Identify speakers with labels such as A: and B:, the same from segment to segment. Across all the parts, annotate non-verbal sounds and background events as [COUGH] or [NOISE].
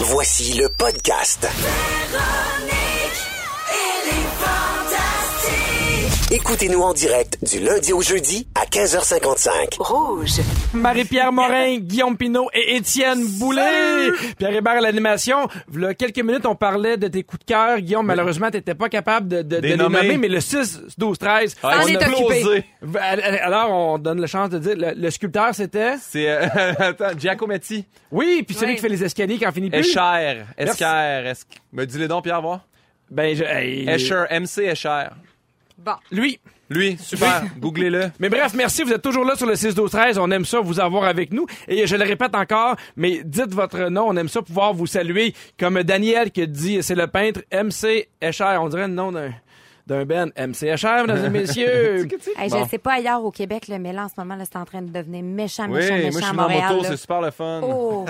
A: Voici le podcast. Écoutez-nous en direct du lundi au jeudi à 15h55.
B: Rouge.
C: Marie-Pierre Morin, Guillaume Pinault et Étienne Boulay. Pierre Hébert à l'animation. V'là quelques minutes, on parlait de tes coups de cœur. Guillaume, malheureusement, t'étais pas capable de, de, de les
D: nommer.
C: nommer, mais le 6, 12, 13.
D: Ah,
C: on
B: il
C: a-
B: est occupé.
D: Closé.
C: Alors, on donne la chance de dire, le, le sculpteur, c'était?
D: C'est euh, [LAUGHS] attends, Giacometti.
C: Oui, puis celui
B: Oui.
C: qui fait les escaliers quand
E: Mmh.
C: finit plus.
D: Escher.
C: Merci.
D: Escher. Esc... Me dis les dons, Pierre, voir.
C: Ben, je, hey,
D: Escher. MC Escher.
B: Bon.
C: Lui.
D: Lui, super. Googlez-le.
C: Mais bref, merci, vous êtes toujours là sur le 6-12-13. On aime ça vous avoir avec nous. Et je le répète encore, mais dites votre nom. On aime ça pouvoir vous saluer. Comme Daniel qui dit, c'est le peintre MC Escher. On dirait le nom d'un, d'un Ben. MC Escher, mesdames et messieurs.
E: Hey, Je
D: Bon.
E: ne sais pas ailleurs au Québec, là, mais là, en ce moment, là, c'est en train de devenir méchant,
D: Oui,
E: méchant,
D: moi,
E: méchant
D: je
E: à
D: suis
E: Montréal.
D: en moto.
E: là.
D: C'est super le fun.
E: Oh,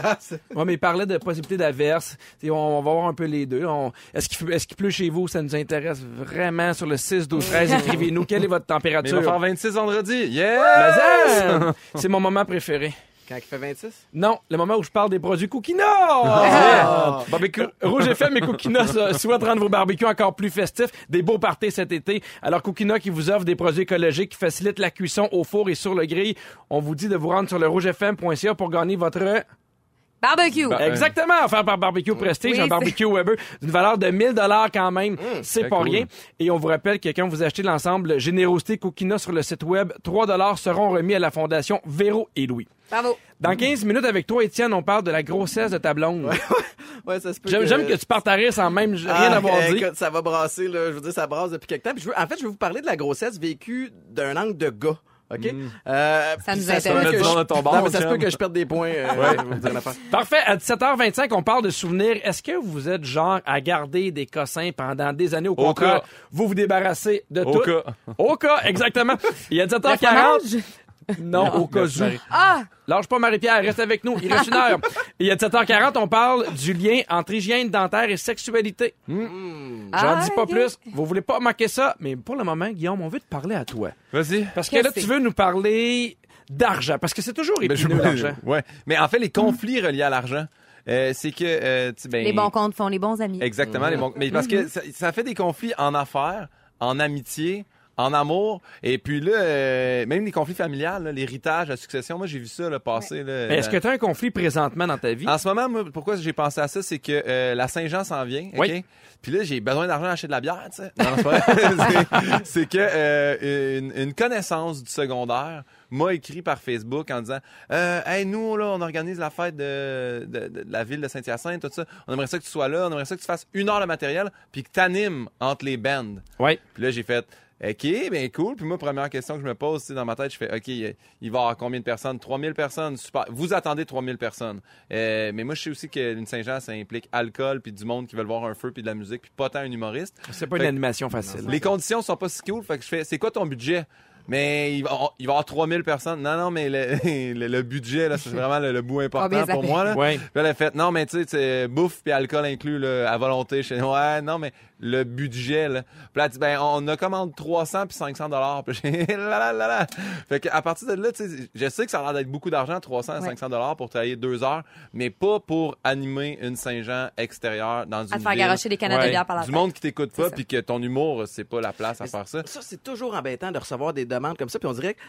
C: ouais, mais il parlait de possibilité d'averse. T'sais, On, on va voir un peu les deux. On- est-ce, qu'il, f- est-ce qu'il pleut chez vous? Ça nous intéresse vraiment sur le 6-12-13. Écrivez-nous. Quelle est votre
D: Mais il va
C: température?
D: faire 26 vendredi. Yeah!
C: Bazin! [LAUGHS] C'est mon moment préféré.
F: Quand il fait Ah! 26?
C: Non, le moment où je parle des produits Cookina!
D: Barbecue.
C: Rouge FM et Cookina
F: [LAUGHS]
C: so- souhaitent rendre vos barbecues encore plus festifs, des beaux parties cet été. Alors Cookina qui vous offre des produits écologiques qui facilitent la cuisson au four et sur le grill. On vous dit de vous rendre sur le rougefm.ca pour gagner votre
B: Barbecue.
E: Ah,
D: Bah,
C: Exactement, offert par Barbecue Prestige,
B: Oui,
C: un
B: c'est-
C: barbecue Weber d'une valeur de 1000 dollars quand même, c'est
D: très
C: pas
D: cool.
C: rien. Et on vous rappelle que quand vous achetez l'ensemble Générosité Cookina sur le site web, 3 dollars seront remis à la fondation Véro et Louis.
B: Bravo.
C: Dans 15 minutes avec toi, Étienne, on parle de la grossesse de ta blonde.
F: Ouais, ça se peut.
C: J'aime j'aime que tu partes à rire sans même rien
F: Ah,
C: avoir
F: euh,
C: dit.
F: écoute, ça va brasser, là. Je veux dire, ça brasse depuis quelque temps. Puis je veux- en fait, je vais vous parler de la grossesse vécue d'un angle de gars. OK?
C: Mm.
F: Euh,
B: Ça
F: puis
B: nous
F: se
B: intéresse.
F: peut que
D: Mets-le
F: je-
D: dans ton bar,
F: Non, mais ça se
D: Jim.
F: peut que je perde des points. euh, je vais vous dire l'affaire.
C: Parfait. À 17h25, on parle de souvenirs. Est-ce que vous êtes genre à garder des cossins pendant des années? Au contraire,
D: cas.
C: vous vous débarrassez de
D: Au
C: tout.
D: cas.
C: Au cas, exactement. Il est
B: fromage?
C: 17h40. Non, au cas où.
B: Ah!
C: Lâche pas Marie-Pierre, reste avec nous. Il reste une heure. Il est 17h40, on parle du lien entre hygiène dentaire et sexualité.
D: Hmm.
C: J'en
B: Ah,
C: dis pas
B: ok.
C: plus. Vous voulez pas manquer ça, mais pour le moment, Guillaume, on veut te parler à toi.
D: Vas-y.
C: Parce que là,
B: Qu'est-ce
C: tu veux nous parler d'argent, parce que c'est toujours
D: Ben, je-
C: épineux, l'argent.
D: ouais. Mais en fait, les conflits reliés à l'argent, euh, c'est que. euh, tu- ben,
E: les bons comptes font les bons amis.
D: Exactement.
C: Mhm.
D: les bons- Mais parce que ça, ça fait des conflits en affaires, en amitié, en amour, et puis là, euh, même les conflits familiales, là, l'héritage, la succession. Moi, j'ai vu ça là, passer. là,
C: Mais Est-ce
D: dans-
C: que tu as un conflit présentement dans ta vie?
D: En ce moment, moi, pourquoi j'ai pensé à ça, c'est que euh, la Saint-Jean s'en vient, ok?
C: Oui.
D: Puis là, j'ai besoin d'argent à acheter de la bière, tu sais. Non, non, c'est pas vrai. [LAUGHS] C'est- c'est que euh, une, une connaissance du secondaire m'a écrit par Facebook en disant euh, Hey, nous, là, on organise la fête de, de- de- de la ville de Saint-Hyacinthe, tout ça. On aimerait ça que tu sois là, on aimerait ça que tu fasses une heure de matériel, puis que t'animes entre les bands.
C: Oui.
D: Puis là, j'ai fait OK, ben cool. Puis moi, première question que je me pose, tu sais, dans ma tête, je fais OK, il il va y avoir combien de personnes 3000 personnes, super. Vous attendez 3000 personnes. Euh, mais moi, je sais aussi que une Saint-Jean, ça implique alcool, puis du monde qui veulent voir un feu, puis de la musique, puis pas tant un humoriste.
C: C'est pas
D: Fait
C: une
D: que
C: animation facile.
D: Les conditions sont pas si cool. Fait que je fais C'est quoi ton budget mais il va, on- il va y avoir 3000 personnes. Non, non, mais le, [LAUGHS] le- le budget, là, c'est vraiment le, le bout important
B: Combien ça
D: pour
B: fait?
D: moi. [LAUGHS] Là.
C: Ouais.
D: Puis elle a fait, non, mais tu sais, tu sais, bouffe puis alcool inclus, là, à volonté. Chez... Ouais, non, mais le budget, là. Puis là, elle dit, ben, on a commande 300 puis 500 dollars. [LAUGHS] Puis j'ai, là, là, là, là. Fait que, à partir de là, tu sais, je sais que ça a l'air d'être beaucoup d'argent, 300 à
E: Ouais.
D: 500 dollars pour travailler deux heures, mais pas pour animer une Saint-Jean extérieure dans une
E: te faire
D: ville.
E: garocher des canettes de bière par la
D: Du
E: tête.
D: monde qui t'écoute
E: C'est
D: pas
E: ça.
D: puis que ton humour, c'est pas la place à faire ça.
F: Ça, c'est toujours embêtant de recevoir des demandes comme ça. Puis on dirait que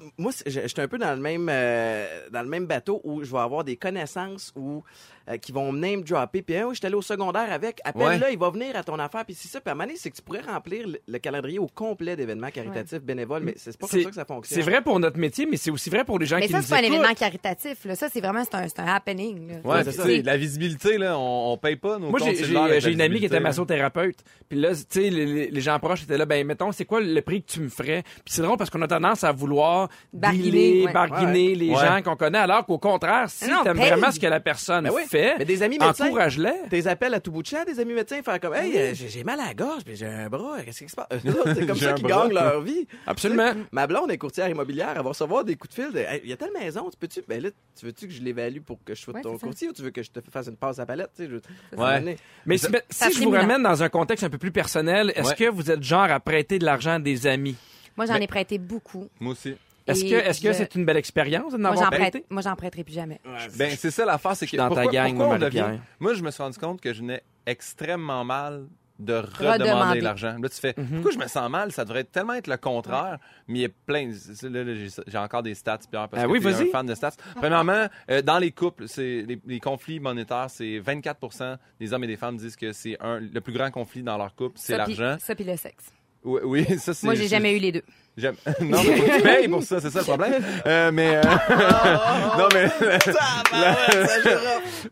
F: euh, moi, c'est- je j'étais un peu dans le même euh, dans le même bateau où je vais avoir des connaissances ou euh, qui vont me name dropper. Puis hein, oui, je suis allé au secondaire avec. Appelle-le, il va venir à ton affaire. Puis c'est ça. Puis à un moment donné, c'est que tu pourrais remplir le- le calendrier au complet d'événements caritatifs bénévoles, mais c'est pas comme ça que ça fonctionne.
C: c'est vrai pour notre métier, mais c'est aussi vrai pour les gens
E: Mais
C: qui
E: ça,
C: nous
E: c'est pas un
C: écoutent.
E: événement caritatif. Là. Ça, c'est vraiment c'est un, c'est un happening. là.
D: Ouais,
F: Ouais,
D: puis
F: c'est
D: tu sais, la visibilité, là, on, on paye pas nos
C: Moi,
D: comptes
C: j'ai-
D: cellulaires
C: j'ai
D: avec la
C: j'ai une amie qui
D: visibilité,
C: était
D: là.
C: massothérapeute. Puis là, tu sais, les, les- les gens proches étaient là, ben, mettons, c'est quoi le prix que tu me ferais? Puis c'est drôle parce qu'on a tendance à vouloir
E: Barguiner,
C: dealer,
E: ouais.
C: barguiner les
D: Ouais.
C: gens qu'on connaît, alors qu'au contraire, si
E: Non,
C: t'aimes
E: paye.
C: vraiment ce que la personne
F: Ben oui.
C: fait,
F: Mais des amis médecins-
C: encourage-les.
F: Tes appels à tout bout de champ, des amis médecins, faire comme Hey, euh, j'ai j'ai mal à la gorge, puis j'ai un bras, qu'est-ce qui se passe? [LAUGHS] c'est comme
D: J'ai
F: ça
D: un
F: qu'ils
D: bras.
F: gagnent leur vie.
C: Absolument.
F: Tu sais, Ma blonde est courtière immobilière, elle va recevoir des coups de fil de Hey, il y a telle maison, tu peux-tu? Ben là, tu veux-tu que je l'évalue pour que je sois
E: Ouais,
F: ton
E: c'est ça.
F: courtier ou tu veux que je te fasse une passe à palette? Tu sais, je-
D: ça.
F: à un moment donné.
C: Mais si, mais
E: Ça
C: si je
E: serait
C: vous
E: imminent.
C: ramène dans un contexte un peu plus personnel, est-ce
D: Ouais.
C: que vous êtes genre à prêter de l'argent à des amis?
E: Moi, j'en
D: Mais-
E: ai prêté beaucoup.
D: Moi aussi.
C: Est-ce
E: Et
C: que est-ce que
E: je-
C: c'est une belle expérience d'en
E: Moi, j'en
C: avoir prêté?
E: prête- moi, j'en prêterai plus jamais.
D: Ben, c'est ça l'affaire, c'est que
F: suis dans ta
D: pourquoi-
F: gang,
D: pourquoi
F: moi,
D: on
F: Marie-Pierre.
D: devient- Moi, je me suis rendu compte que je n'ai extrêmement mal de redemander,
E: Redemander.
D: l'argent. Là, tu fais,
F: Mhm.
D: pourquoi je me sens mal? Ça devrait tellement être le contraire, mais il y a plein... de- Là, là, j'ai- j'ai encore des stats, Pierre, parce
F: Ben
C: Ah
D: que
C: oui,
D: t'es
C: vas-y.
D: un fan de stats. Premièrement, euh, dans les couples, c'est les, les conflits monétaires, c'est 24 des hommes et des femmes disent que c'est un le plus grand conflit dans leur couple, c'est
E: Ça, puis-
D: l'argent.
E: Ça, puis le sexe.
D: Oui, oui, [LAUGHS] ça, c'est...
E: Moi, j'ai
D: c'est-
E: jamais eu les deux.
D: J'aime. [LAUGHS] Non, mais faut que tu payes pour ça, c'est ça le problème. Euh, mais. euh, [LAUGHS] non, mais.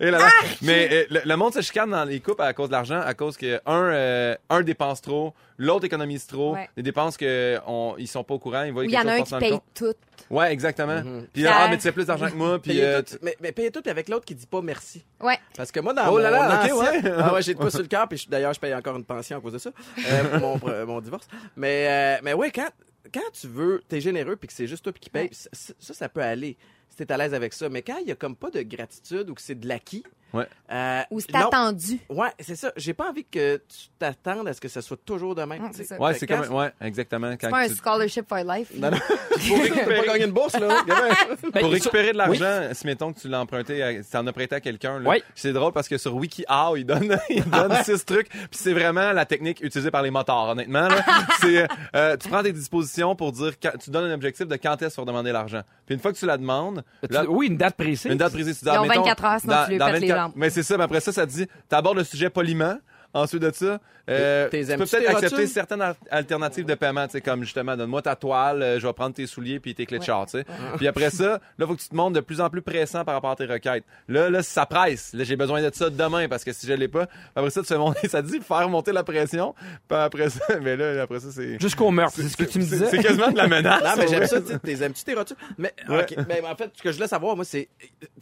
D: Et là, là. mais euh, le, le monde se chicane dans les couples à cause de l'argent, à cause que un, euh, un dépense trop, l'autre économise trop,
E: Ouais.
D: des dépenses que on, ils sont pas au courant, ils voient
E: Ou il
D: quelque
E: y en a
D: chose
E: un
D: passer
E: qui
D: dans le
E: paye
D: compte.
E: tout.
D: Ouais, exactement. Puis là,
E: Ça-
D: ah, mais tu fais plus d'argent
E: [LAUGHS]
D: que moi, puis.
F: Payez
D: euh,
F: tout,
D: tu-
F: mais, mais payez tout puis avec l'autre qui dit pas merci.
E: Ouais.
F: Parce que moi, dans
D: Oh
F: mon
D: là là, ok,
F: ancien-
D: ouais.
F: Ah ouais, j'ai de quoi sur le cœur, puis je- d'ailleurs, je paye encore une pension à cause de ça, euh, pour mon, pre- mon divorce. Mais, euh, mais ouais, quand, quand tu veux, t'es généreux, puis que c'est juste toi puis qui paye, ça, ça, ça peut aller, si t'es à l'aise avec ça. Mais quand il y a comme pas de gratitude ou que c'est de l'acquis...
D: Ouais.
F: euh,
E: Ou c'est
F: non.
E: attendu.
F: Ouais, c'est ça. J'ai pas envie que tu t'attendes à ce que ça soit toujours de même.
E: Non,
F: tu sais.
E: c'est ça.
D: Ouais, c'est
F: Quand-
D: comme. Ouais, exactement.
E: C'est
D: quand
E: pas un
D: tu-
E: scholarship for life.
F: Non, non.
D: Pour
F: [LAUGHS] T'as pas
D: récupérer,
F: gagné une bourse, là. gamin.
C: Ben,
D: pour
C: sur-
D: récupérer de l'argent, si mettons que tu l'as emprunté, à, si t'en as prêté à quelqu'un, là,
C: Oui. Ah,
D: c'est drôle parce que sur WikiHow, il [LAUGHS] donne, il donne six trucs, puis c'est vraiment la technique utilisée par les motards, honnêtement.
C: [LAUGHS]
D: là. c'est, euh, tu prends tes dispositions pour dire, quand- tu donnes un objectif de quand est-ce qu'on va demander l'argent. Puis une fois que tu la demandes,
C: Tu-
D: là,
C: Oui, une date précise.
D: une date précise, tu dis,
E: Ils
D: ah,
E: ont
D: mettons,
E: 24 heures, sinon tu lui pètes les jambes.
D: Mais c'est ça, mais après ça, ça te dit, t'abordes le sujet poliment. Ensuite de ça, euh,
F: T'es
D: tu peux
F: aimes-tu tes
D: peut-être accepter
F: rotules?
D: certaines al- alternatives de paiement, tu sais, comme justement, donne-moi ta toile, euh, je vais prendre tes souliers puis tes clés de char, tu sais. Puis après ça, là, faut que tu te montres de plus en plus pressant par rapport à tes requêtes. Là, là, ça presse. Là, j'ai besoin de ça demain parce que si je l'ai pas, après ça, tu fais monter, [LAUGHS] ça dit faire monter la pression. Puis après ça, [LAUGHS] mais là, après ça, c'est.
C: Jusqu'au meurtre, c'est ce que tu me
D: C'est
C: disais. [LAUGHS]
D: c'est quasiment de la menace.
F: Non, mais
D: pour
F: j'aime
D: vrai.
F: ça, tu sais, t'es aimes-tu tes rotules? Mais,
D: Ouais.
F: ok, mais en fait, ce que je voulais savoir, moi, c'est,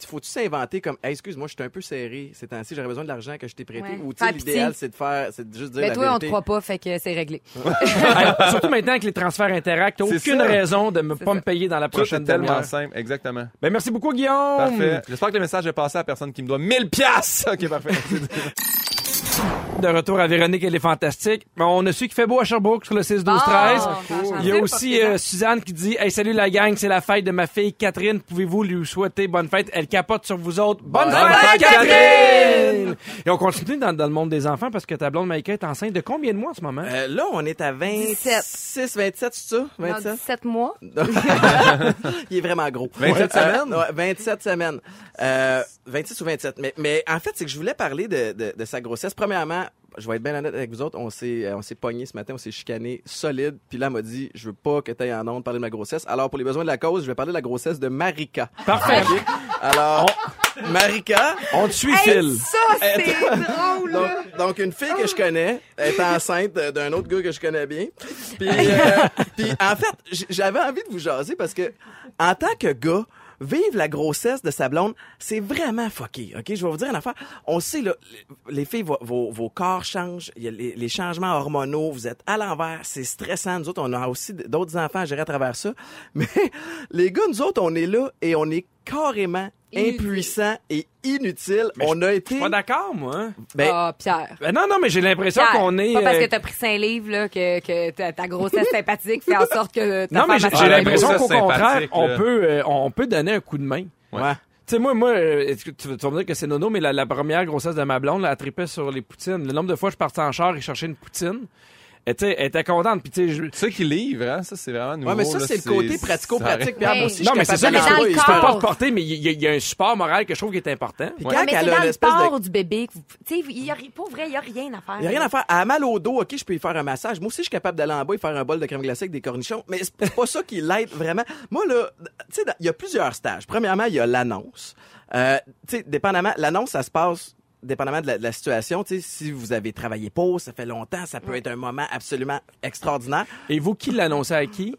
F: faut-tu s'inventer comme, Hey, excuse-moi, je suis un peu serré ces temps-ci, j'aurais besoin de l'argent que je t'ai prêté,
E: Ouais.
F: ou tu sais,
E: Faire pitié.
F: l'idéal, c'est de faire, c'est de juste dire
E: Mais
F: la
E: toi, on te
F: vérité.
E: croit pas, fait que c'est réglé.
C: Alors, surtout maintenant avec les transferts Interact, t'as
D: C'est
C: aucune
D: ça.
C: raison de ne
E: C'est
C: pas
E: ça.
C: me payer dans la
D: Tout est
C: prochaine
D: tellement
C: demi-heure.
D: simple, exactement.
C: Ben, merci beaucoup, Guillaume.
D: Parfait. J'espère que le message est passé à la personne qui me doit 1000 piastres. [LAUGHS] OK,
F: [LAUGHS]
D: parfait.
C: De retour à Véronique, elle est fantastique. Bon, On a su qu'il fait beau à Sherbrooke sur le 6-12-13.
E: Ah, cool.
C: Il y a
B: Chanceux,
C: aussi
B: portez-en.
C: euh, Suzanne qui dit Hey, salut la gang, c'est la fête de ma fille Catherine. Pouvez-vous lui souhaiter bonne fête Elle capote sur vous autres. Bonne, fête,
D: fête,
C: Catherine Et on continue dans, dans le monde des enfants parce que ta blonde Maïka est enceinte de combien de mois en ce moment
F: Euh, là, on est à
E: 17.
F: 26, 27, c'est ça?
E: Dans
F: 27?
E: 17 mois.
F: Il est vraiment gros.
D: 27
F: Euh,
D: semaines?
F: ouais, 27 semaines. Euh, 26 ou 27. Mais, mais en fait, c'est que je voulais parler de, de, de sa grossesse. Premièrement, je vais être bien honnête avec vous autres, on s'est, euh, on s'est pogné ce matin, on s'est chicané solide. Puis là, elle m'a dit, je veux pas que t'ailles en ondes parler de ma grossesse. Alors, pour les besoins de la cause, je vais parler de la grossesse de Marika.
C: Parfait.
F: Ok? Alors, Marika,
C: On te suit,
B: Hey,
C: Phil.
B: ça, c'est drôle,
F: donc,
B: là.
F: donc une fille que je connais est enceinte euh, d'un autre gars que je connais bien. Puis, euh, puis en fait, j- j'avais envie de vous jaser parce que en tant que gars, vivre la grossesse de sa blonde, c'est vraiment fucké. OK, je vais vous dire une affaire. On sait là, les filles vo- vos, vos corps changent, il y a les, les changements hormonaux, vous êtes à l'envers, c'est stressant. Nous autres, on a aussi d- d'autres enfants à gérer à travers ça. [LAUGHS] Mais les gars, nous autres, on est là et on est carrément
E: Inutile.
F: impuissant et inutile.
C: Mais
F: on a été
C: Pas d'accord, moi. hein?
F: ben,
E: Ah, Pierre.
C: Ben non, non, mais j'ai l'impression
E: Pierre,
C: qu'on est.
E: Pas parce
C: euh,
E: que t'as pris 5 livres, là, que, que ta, ta grossesse sympathique fait en sorte que ta
C: non, mais
E: femme
C: j'ai
E: a-
C: j'ai
D: la
C: l'impression
D: grossesse
C: qu'au contraire,
D: sympathique,
C: on
D: là.
C: peut, euh, on peut donner un coup de main.
F: ouais.
C: Tu sais, moi, moi, euh, est-ce que tu, tu vas me dire que c'est nono, mais la, la première grossesse de ma blonde, là, elle tripait sur les poutines. Le nombre de fois, je partais en char et cherchais une poutine. Et tu sais, elle était contente. Puis tu sais, je-
D: Ceux qui livrent, hein, ça, c'est vraiment nouveau.
F: Ouais, mais ça,
D: là,
F: c'est le côté pratico-pratique. Pierre, moi aussi,
C: non,
F: je
C: mais
F: suis
C: c'est ça,
F: capable
C: mais
E: mais
C: je
E: dans le
C: peux
F: d'aller
C: je
F: jouer.
C: peux pas
E: corps.
C: reporter, mais il y, a- il y a un support moral que je trouve qui est important.
F: Puis
D: Ouais.
F: quand
E: mais c'est
F: elle
E: dans
F: a une
E: le
F: espèce de...
E: port du bébé. que vous- Tu sais, il y a ri- pour vrai, il n'y a rien à faire.
F: Il n'y a rien à faire. Elle a mal au dos, OK, je peux y faire un massage. Moi aussi, je suis capable d'aller en bas et faire un bol de crème glacée avec des cornichons. Mais c'est c'est pas ça qui l'aide vraiment. Moi, là, tu sais, dans- il y a plusieurs stages. Premièrement, il y a l'annonce. Euh, tu sais, dépendamment, l'annonce, ça se passe dépendamment de la, de la situation. Tu sais, si vous avez travaillé pour, ça fait longtemps, ça peut être un moment absolument extraordinaire.
C: Et vous, qui l'annoncez à
D: [LAUGHS]
C: qui?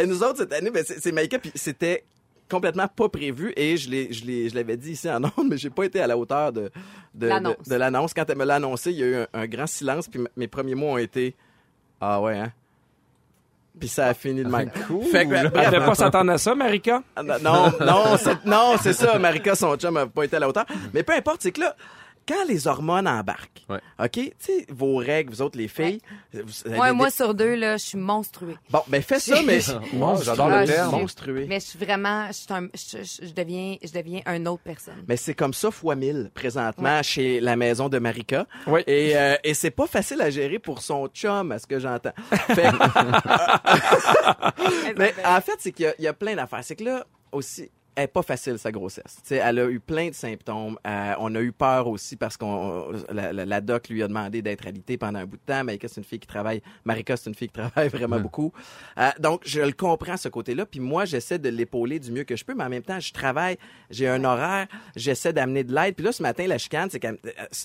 F: Et nous autres, cette année, ben, c'est c'est Maïka, puis c'était complètement pas prévu et je l'ai- je l'ai- je l'avais dit ici en ondes, [LAUGHS] mais j'ai pas été à la hauteur de, de,
E: L'annonce.
F: de- de l'annonce. Quand elle me l'a annoncé, il y a eu un, un grand silence, puis m- mes premiers mots ont été « Ah ouais, hein? » Puis ça a fini de même. Fait que,
C: Ah,
F: ben,
C: Elle
F: bref,
C: devait
F: [LAUGHS]
C: pas s'attendre à ça, Marika?
F: ah, Non, non, non, c'est, non, c'est ça. Marika, son chum, n'a pas été à la hauteur. Mais peu importe, c'est que là, quand les hormones embarquent,
D: Ouais.
F: OK? Tu sais, vos règles, vous autres, les filles, vous avez
E: Ouais,
F: des-
E: moi, sur deux, là, je suis monstruée.
F: Bon, ben fais ça,
E: [LAUGHS]
F: mais...
D: Wow, j'adore
E: Ah,
D: le
E: je
D: terme.
E: suis-
F: Monstrué.
E: Mais je suis vraiment, je, suis un- je- je- je deviens, je deviens une autre personne.
F: Mais c'est comme ça fois 1000 présentement chez la maison de Marika.
C: Oui.
F: Et, euh, et c'est pas facile à gérer pour son chum, à ce que j'entends. Fait- [LAUGHS] Mais ah, en fait, c'est qu'il y a- il y, a plein d'affaires. C'est que là, aussi, elle est pas facile, sa grossesse. Tu sais, elle a eu plein de symptômes. Euh, on a eu peur aussi parce qu'on la, la- la doc lui a demandé d'être alitée pendant un bout de temps. Marika, c'est une fille qui travaille. Marika, c'est une fille qui travaille [LAUGHS] vraiment beaucoup. Euh, donc, je le comprends, ce côté-là. Puis moi, j'essaie de l'épauler du mieux que je peux, mais en même temps, je travaille, j'ai un horaire, j'essaie d'amener de l'aide. Puis là, ce matin, la chicane, c'est qu'à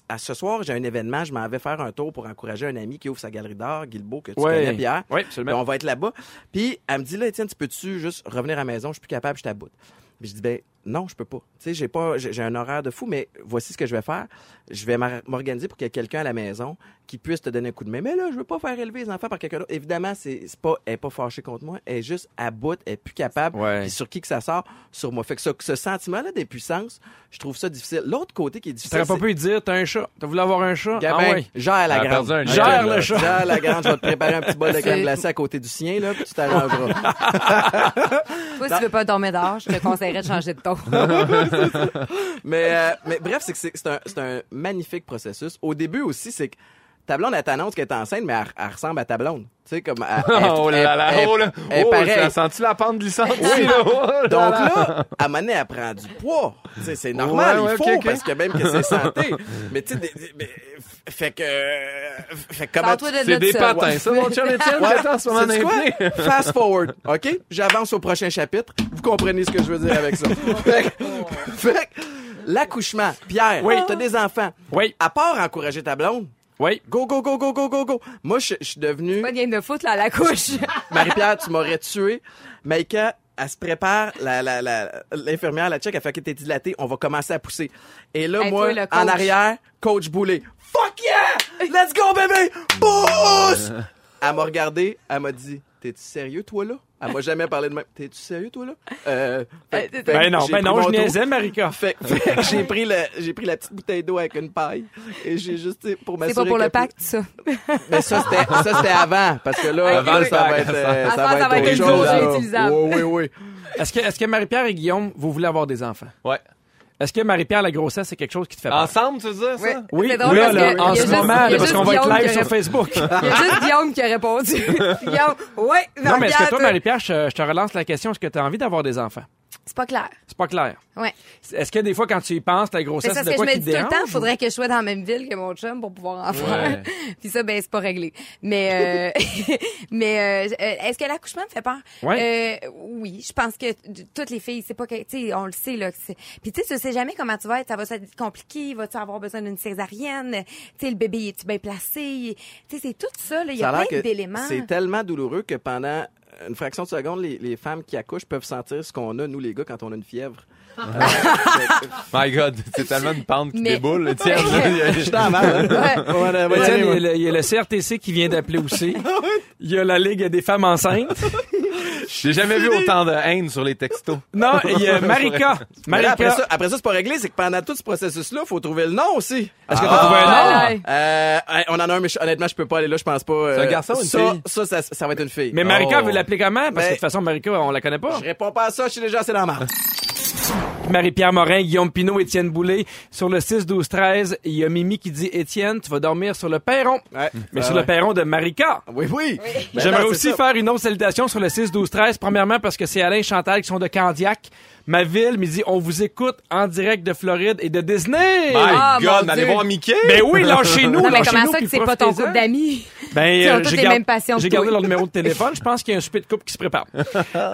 F: à ce soir, j'ai un événement, je m'en vais faire un tour pour encourager un ami qui ouvre sa galerie d'art, Guilbeault, que tu connais, Pierre.
C: Oui, absolument.
F: Puis Ben, on va être là-bas. Puis elle me dit là, Étienne, tu peux-tu juste revenir à la maison? Je suis plus capable, je t'aboute. Puis je dis ben non, je peux pas. Tu sais, j'ai pas, j'ai j'ai un horaire de fou, mais voici ce que je vais faire. Je vais m'ar- m'organiser pour qu'il y ait quelqu'un à la maison qui puisse te donner un coup de main. Mais là, je veux pas faire élever les enfants par quelqu'un d'autre. Évidemment, c'est c'est pas, elle est pas fâchée contre moi. Elle est juste à bout, elle est plus capable.
C: Ouais.
F: Puis sur qui que ça sort? Sur moi. Fait que ce, ce sentiment-là d'impuissance, je trouve ça difficile. L'autre côté qui est
C: Tu
F: difficile,
C: t'aurais pas
F: c'est-
C: pu lui dire, t'as un chat. T'as voulu avoir un chat?
F: Gabin,
C: Ah ouais.
F: gère la
D: Elle a
F: grande.
D: perdu un
C: Gère item, le là. chat.
F: Gère la grande. Je vais te préparer un petit bol de crème
E: C'est-
F: glacée à côté du sien, là, puis tu t'arrangeras.
E: Toi, si tu veux pas dormir dehors, je te conseillerais de changer de ton.
F: mais, euh, mais bref, c'est que c'est c'est un, c'est un magnifique processus. Au début aussi, c'est que ta blonde, elle t'annonce qu'elle est enceinte, mais elle, elle ressemble à ta blonde. Tu sais, comme... elle- elle-
D: [LAUGHS] Oh là
F: elle-
D: là,
F: elle-
D: oh là.
F: elle est
D: Oh,
F: pareille.
D: ça sent-tu la pente glissante ici, là? Oh là
F: Donc
D: là.
F: là, à un moment donné, elle prend du poids. Tu sais, c'est normal,
D: Ouais, ouais,
F: il faut,
D: ok, ok.
F: parce que même que c'est santé. Mais tu sais, des- des- mais, f- fait que... euh, Fait que comment...
E: Sors-toi de
D: C'est
E: là
D: des
E: tout seul.
D: patins, ça, mon chum Étienne,
F: Ouais.
D: que t'as en ce moment
F: Sais-tu
D: dans les
F: quoi?
D: pieds. [LAUGHS]
F: [LAUGHS] Fast forward, OK? J'avance au prochain chapitre. Vous comprenez ce que je veux
C: [LAUGHS]
F: dire avec ça. fait que- fait que l'accouchement. Pierre,
C: Oui.
F: t'as des enfants.
C: Oui,
F: À part encourager ta blonde,
C: oui.
F: go, go, go, go, go, go, go. Moi, je je suis devenu...
E: Pas de game de foot, là, à la couche.
F: Marie-Pierre, tu m'aurais tué. Maïka, elle se prépare, la- la- la- l'infirmière, la, check, elle fait qu'elle t'es dilatée, on va commencer à pousser. Et là,
E: Hey,
F: moi,
E: toi, le coach.
F: en arrière, coach boulet. Fuck yeah! Let's go, bébé! Pousse! Elle m'a regardé, elle m'a dit, t'es-tu sérieux, toi, là? Elle m'a jamais parlé de même. T'es-tu sérieux, toi, là? Euh, fait-
E: Ben
F: fait que
C: Ben non,
F: j'ai
C: ben
F: pris
C: non,
F: mon
C: je
F: tour.
C: niaisais, Marika.
F: Fait, fait que [LAUGHS] j'ai pris, la- j'ai pris la petite bouteille d'eau avec une paille et j'ai juste, tu sais, pour
E: C'est
F: m'assurer.
E: pas pour le
F: qu'elle-
E: pacte, ça.
F: mais ça, c'était, ça, c'était avant. Parce que là,
D: Avant
F: là,
D: le
F: ça,
D: pack,
F: va être, euh,
E: ça.
F: ça
E: Avant,
F: va être autre
E: une
F: chose.
E: journée
F: là.
E: utilisable.
F: Oui, oui, oui.
C: Est-ce que, est-ce que Marie-Pierre et Guillaume, vous voulez avoir des enfants?
D: Ouais.
C: Est-ce que Marie-Pierre, la grossesse, c'est quelque chose qui te fait peur?
D: Ensemble, tu veux dire ça?
C: Oui,
E: Ah, C'est drôle
C: oui,
E: parce
C: là,
E: que
C: en
E: il y a
C: ce
E: juste-
C: moment,
E: il y a
C: là, parce
E: juste
C: qu'on va être
E: Guillaume
C: live
E: qui
C: sur
E: aurait- [LAUGHS]
C: Facebook.
E: Il y a juste Guillaume qui a
C: [LAUGHS]
E: répondu. Guillaume, ouais,
C: non, mais est-ce que
E: regarde,
C: toi, Marie-Pierre, je, je te relance la question, est-ce que tu as envie d'avoir des enfants?
E: C'est pas clair.
C: C'est pas clair.
E: Ouais.
C: Est-ce que des fois, quand tu y penses, la
E: C'est
C: grossesse,
E: ça ce
C: c'est de
E: que je
C: quoi
E: me
C: qui
E: dis
C: te
E: tout le
C: dérange?
E: temps. Faudrait que je sois dans la même ville que mon chum pour pouvoir en faire. [LAUGHS] Puis ça, ben, c'est pas réglé. Mais, euh, [LAUGHS] mais euh, euh, est-ce que l'accouchement me fait peur?
C: Ouais.
E: Euh, oui, je pense que t- toutes les filles, c'est pas que, tu sais, on le sait, là. que c'est- Puis tu sais, tu sais jamais comment tu vas être. Ça va être compliqué. Vas-tu avoir besoin d'une césarienne? Tu sais, le bébé, est tu bien placé? Tu sais, c'est tout ça, là. Il y
F: Ça
E: a
F: a l'air
E: plein
F: que
E: d'éléments.
F: C'est tellement douloureux que pendant une fraction de seconde, les, les femmes qui accouchent peuvent sentir ce qu'on a, nous, les gars, quand on a une fièvre.
D: My God, c'est tellement une pente qui
E: Mais-
D: déboule, Étienne.
F: [LAUGHS]
D: là. Il y a-
F: Je suis dans la merde, hein?
E: Ouais. Ah
F: Ouais, ouais, ouais,
C: Étienne,
F: ouais, ouais.
C: il, y a le- il y a le CRTC qui vient
E: [LAUGHS]
C: d'appeler aussi. Il y a la Ligue des femmes enceintes.
D: J'ai jamais vu autant de haine sur les textos.
C: Non,
E: [LAUGHS]
C: il y a Marika.
F: Mais là,
C: Marika.
F: après, ça, après ça, c'est pas réglé, c'est que pendant tout ce processus-là, faut trouver le nom aussi.
C: Est-ce que t'as trouvé un nom?
E: voilà.
F: Euh, hey, on en a un, mais je- honnêtement, je peux pas aller là, je pense pas. euh,
D: C'est un garçon ou une
F: ça,
D: fille?
F: Ça, ça, ça va être une fille.
C: Mais Marika
D: Oh.
C: veut l'appeler comment? Parce que de
E: Ben,
F: Mais-
C: toute façon, Marika, on la connaît pas.
F: Je réponds pas à ça, je suis déjà assez dans la merde.
C: Marie-Pierre Morin, Guillaume Pinot, Étienne Boulay. Sur le 6-12-13, il y a Mimi qui dit Étienne, tu vas dormir sur le perron.
F: Ouais.
C: Mais
F: Ah
C: sur
F: ouais.
C: le perron de Marika.
F: Oui, oui. Ben
C: J'aimerais
F: non, c'est
C: aussi
F: ça.
C: faire une autre salutation sur le 6-12-13. Premièrement, parce que c'est Alain et Chantal qui sont de Candiac. Ma ville me dit on vous écoute en direct de Floride et de Disney.
D: My
E: Ah,
D: God,
E: mon
D: mais allez
E: Dieu.
D: voir Mickey.
C: Ben oui, là,
D: [LAUGHS]
C: chez
F: [LAUGHS]
C: nous.
E: Non, mais
C: lâchez-nous,
E: comment ça
C: puis
E: que c'est pas ton
C: profitez-en.
E: couple d'amis?
C: Ben,
E: Ils ont
C: euh,
E: toutes
C: j'ai
E: les
C: gard-
E: mêmes passions que
C: j'ai gardé
E: toi.
C: leur numéro de téléphone. Je pense qu'il y a un souper de couple qui se prépare.